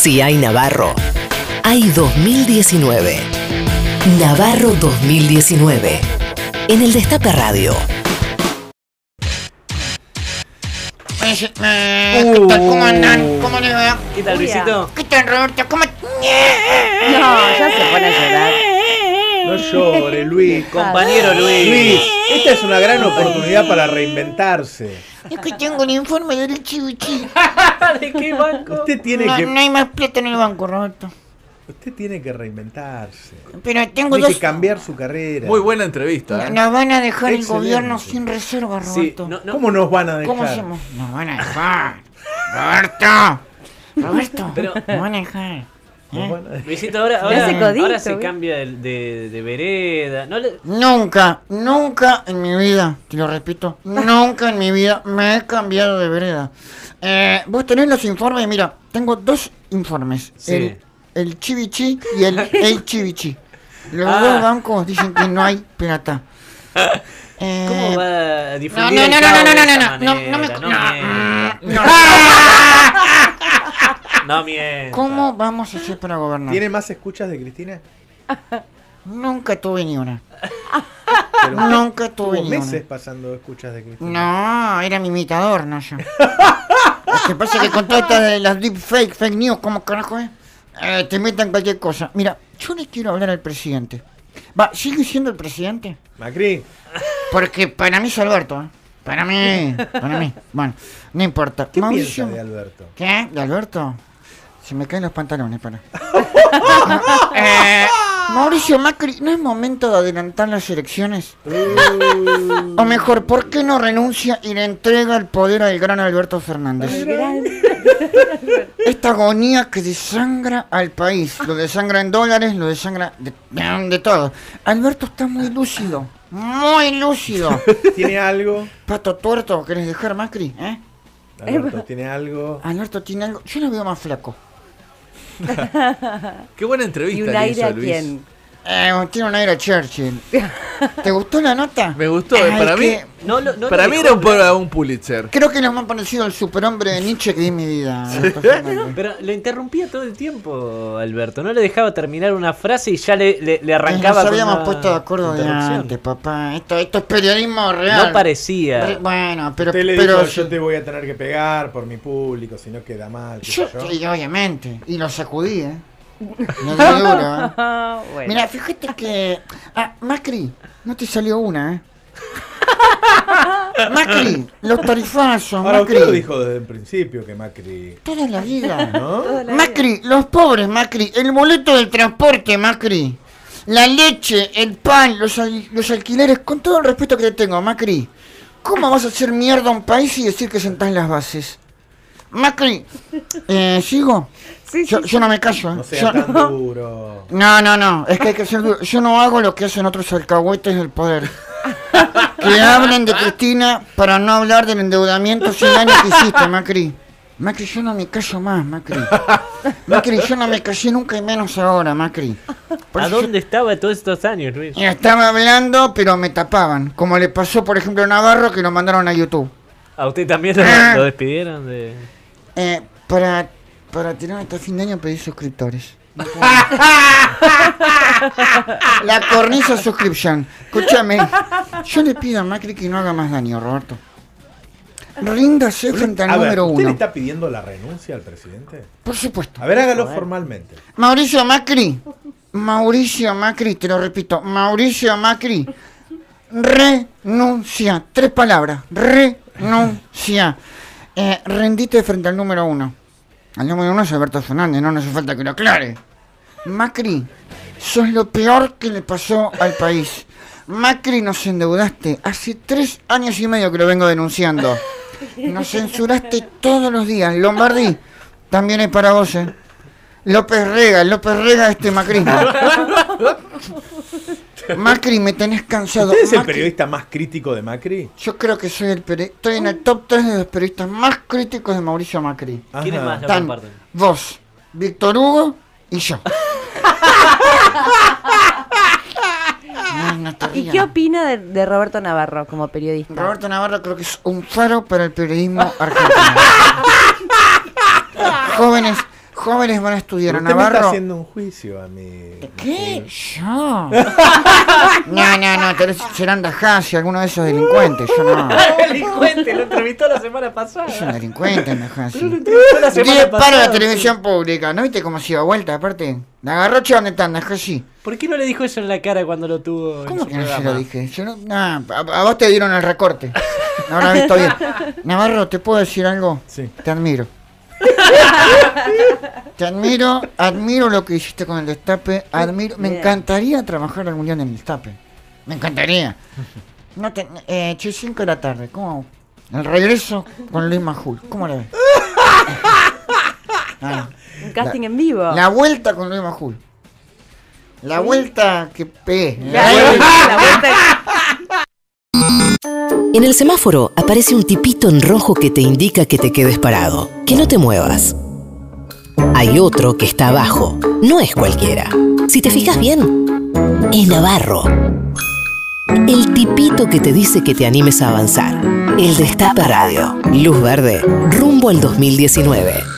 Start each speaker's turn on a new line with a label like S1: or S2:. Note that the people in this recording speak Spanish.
S1: CI Navarro. Hay 2019. Navarro 2019. En el Destape Radio.
S2: Pues, eh, ¿Qué tal? ¿Cómo andan? ¿Cómo le va?
S3: ¿Qué tal, Luisito?
S2: ¿Qué tal, Roberto? ¿Cómo?
S4: No, ya se pone a llorar.
S5: No llores, Luis.
S3: Compañero Luis.
S5: Luis, esta es una gran oportunidad para reinventarse.
S2: Es que tengo un informe del chibuchi.
S3: Ah, ¿De qué banco?
S5: Usted tiene
S2: No, no
S5: que,
S2: hay más plata en el banco, Roberto.
S5: usted tiene que reinventarse.
S2: Pero tengo
S5: Tiene
S2: dos.
S5: que cambiar su carrera.
S6: Muy buena entrevista. ¿eh?
S2: Nos van a dejar el
S5: Excelente.
S2: gobierno sin reserva,
S3: Sí,
S2: Roberto.
S3: no, no.
S5: ¿Cómo nos van a dejar?
S2: ¿Cómo hacemos? Nos van a dejar. Roberto. Roberto.
S3: Pero-
S2: Nos van a dejar. ¿Eh?
S5: Nos van a-
S3: Luisito, ahora,
S4: Le
S3: ahora,
S4: hace codito,
S3: ahora se
S4: ¿viste?
S3: cambia de, de- de vereda. No le-
S2: Nunca, nunca en mi vida, te lo repito, nunca en mi vida me he cambiado de vereda. Eh, vos tenés los informes, mira, tengo dos informes,
S3: Sí.
S2: el, el Chivichi y el El Chivichi. Los
S3: Ah.
S2: dos bancos dicen que no hay plata. Eh,
S3: ¿Cómo va a
S2: no,
S3: difundir
S2: no,
S3: el
S2: no, no,
S3: cabo
S2: no,
S3: de
S2: no, no, no,
S3: esa
S2: no, no me-
S3: manera?
S2: no,
S3: mienta.
S2: no.
S3: No mienta.
S2: ¿Cómo vamos a hacer para gobernar?
S5: ¿Tiene más escuchas de Cristina?
S2: Nunca tuve ni una.
S5: Pero
S3: Ah.
S5: usted
S2: Nunca Ah, tuve
S5: Tuvo
S2: ni una.
S5: meses pasando escuchas de Cristina.
S2: No, era mi imitador, no yo. Lo que pasa es que con todas estas de las deepfake, fake news, como carajo es? Eh, te meten cualquier cosa. Mira, yo le quiero hablar al presidente. Va, ¿sigue siendo el presidente?
S5: Macri,
S2: Porque para mí es Alberto, ¿eh? Para mí, para mí. Bueno, no importa.
S5: ¿qué
S2: Mauricio-
S5: piensa de Alberto?
S2: ¿Qué? ¿De Alberto? Se me caen los pantalones, para. Eh, Mauricio Macri, ¿no es momento de adelantar las elecciones? O mejor, ¿por qué no renuncia y le entrega el poder al gran Alberto Fernández? Esta agonía que desangra al país. Lo desangra en dólares, lo desangra de, de todo. Alberto está muy lúcido. Muy lúcido.
S5: ¿Tiene algo?
S2: Pato tuerto, ¿querés dejar Macri? ¿Eh?
S5: Alberto, ¿tiene algo?
S2: Alberto tiene algo. Yo lo veo más flaco.
S6: Qué buena
S4: ¿Y
S6: entrevista
S4: un
S6: le
S4: aire
S6: hizo
S4: a
S6: Luis.
S4: quién?
S2: Eh, tiene un aire a Churchill. ¿Te gustó la nota?
S6: Me gustó, eh,
S2: Ay,
S6: para mí.
S2: que-
S3: No lo- no
S6: Para
S3: lo
S6: mí
S3: dejó
S6: era un,
S3: hablar.
S6: para un Pulitzer.
S2: Creo que es lo más parecido al superhombre de Nietzsche que vi en mi vida. eh, Alberto Fernández.
S3: Pero lo interrumpía todo el tiempo, Alberto. No le dejaba terminar una frase y ya le, le- le arrancaba.
S2: Nos
S3: con
S2: habíamos
S3: una
S2: puesto de acuerdo de
S3: interrupción.
S2: antes, papá. Esto, esto es periodismo real.
S3: No parecía.
S2: Re- Bueno, pero.
S5: Usted le
S2: pero
S5: dijo,
S2: sí.
S5: yo te voy a tener que pegar por mi público, si no queda mal. qué sé
S2: Yo-
S5: yo.
S2: y obviamente. Y lo sacudí, ¿eh? No te duro, ¿eh?
S4: Ah, bueno.
S2: Mira, fíjate que. Ah, Macri, no te salió una, ¿eh? Macri, los tarifazos,
S5: Ahora,
S2: Macri.
S5: usted lo dijo desde el principio que Macri...
S2: Toda la vida.
S5: ¿No?
S4: Toda la
S2: Macri, los pobres, Macri, el boleto del transporte, Macri, la leche, el pan, los, al- los alquileres, con todo el respeto que te tengo, Macri, ¿cómo vas a hacer mierda a un país y decir que sentás las bases? Macri, eh, ¿sigo?
S4: Sí,
S2: Yo,
S4: sí,
S2: yo no me callo, ¿eh?
S5: No
S2: Yo-
S5: sea tan duro.
S2: no, no, no, es que hay que ser duro. Yo no hago lo que hacen otros alcahuetes del poder. Que hablen de Cristina para no hablar del endeudamiento sin años que hiciste, Macri. Macri, yo no me callo más, Macri. Macri, yo no me callé nunca y menos ahora, Macri. Por
S3: ¿A
S2: eso yo-
S3: dónde estaba todos estos años, Luis?
S2: Estaba hablando, pero me tapaban. Como le pasó, por ejemplo, a Navarro que lo mandaron a YouTube.
S3: ¿A usted también lo,
S2: Ah.
S3: lo despidieron de.?
S2: Eh, para, para tirar hasta fin de año pedí suscriptores. La cornisa suscripción. Escúchame, yo le pido a Macri que no haga más daño, Roberto. Ríndase frente al
S5: A ver,
S2: número
S5: ¿usted le
S2: uno.
S5: está pidiendo la renuncia al presidente?
S2: Por supuesto.
S5: A ver, hágalo formalmente.
S2: Mauricio Macri. Mauricio Macri, te lo repito. Mauricio Macri. Renuncia. Tres palabras. Renuncia. Eh, rendite frente al número uno. Al número uno es Alberto Fernández, no, no hace falta que lo aclare. Macri, sos lo peor que le pasó al país. Macri, nos endeudaste. Hace tres años y medio que lo vengo denunciando. Nos censuraste todos los días. Lombardi, también es para vos, ¿eh? López Rega, López Rega este macrismo. Macri, me tenés cansado.
S5: ¿Usted es el
S2: Macri,
S5: periodista más crítico de Macri?
S2: Yo creo que soy el periodista. Estoy en el top 3 de los periodistas más críticos de Mauricio Macri.
S3: ¿Quiénes
S5: Ajá.
S3: más lo
S2: Están
S3: comparten?
S2: vos, Víctor Hugo y yo. No, no te
S4: ¿Y
S2: rías.
S4: qué opina de, de Roberto Navarro como periodista?
S2: Roberto Navarro creo que es un faro para el periodismo argentino. jóvenes, jóvenes van a estudiar a
S5: Usted me está
S2: Navarro.
S5: haciendo un juicio a mí.
S2: ¿Qué? Yo. No, no, no, Teresa Seranda Hassi, alguno de esos delincuentes. Yo no.
S3: delincuente, lo entrevistó la semana pasada.
S2: Es un delincuente, no
S3: Pero lo
S2: Hassi.
S3: entrevistó la semana
S2: Diez para
S3: pasada.
S2: la televisión pública. ¿No viste cómo se iba a vuelta? Aparte, la garrocha dónde están, Hassi.
S3: ¿Por qué no le dijo eso en la cara cuando lo tuvo en
S2: ¿Cómo
S3: su
S2: que no se
S3: programa?
S2: lo dije? Yo no- nah, a, a vos te dieron el recorte. No lo has visto bien. Navarro, ¿te puedo decir algo?
S5: Sí.
S2: Te admiro. Te admiro, admiro lo que hiciste con el destape, admiro, me
S4: Bien.
S2: encantaría trabajar algún día en el destape. Me encantaría. No te, eh, 5 de la tarde, ¿cómo? El regreso con Luis Majul, ¿cómo la ves? Ah,
S4: Un casting en vivo.
S2: la vuelta con Luis Majul. La vuelta que pe.
S4: La vuelta- la vuelta-
S1: En el semáforo aparece un tipito en rojo que te indica que te quedes parado, que no te muevas. Hay otro que está abajo, no es cualquiera. Si te fijas bien, es Navarro. El tipito que te dice que te animes a avanzar. El Destape Radio. Luz verde, rumbo al 2019.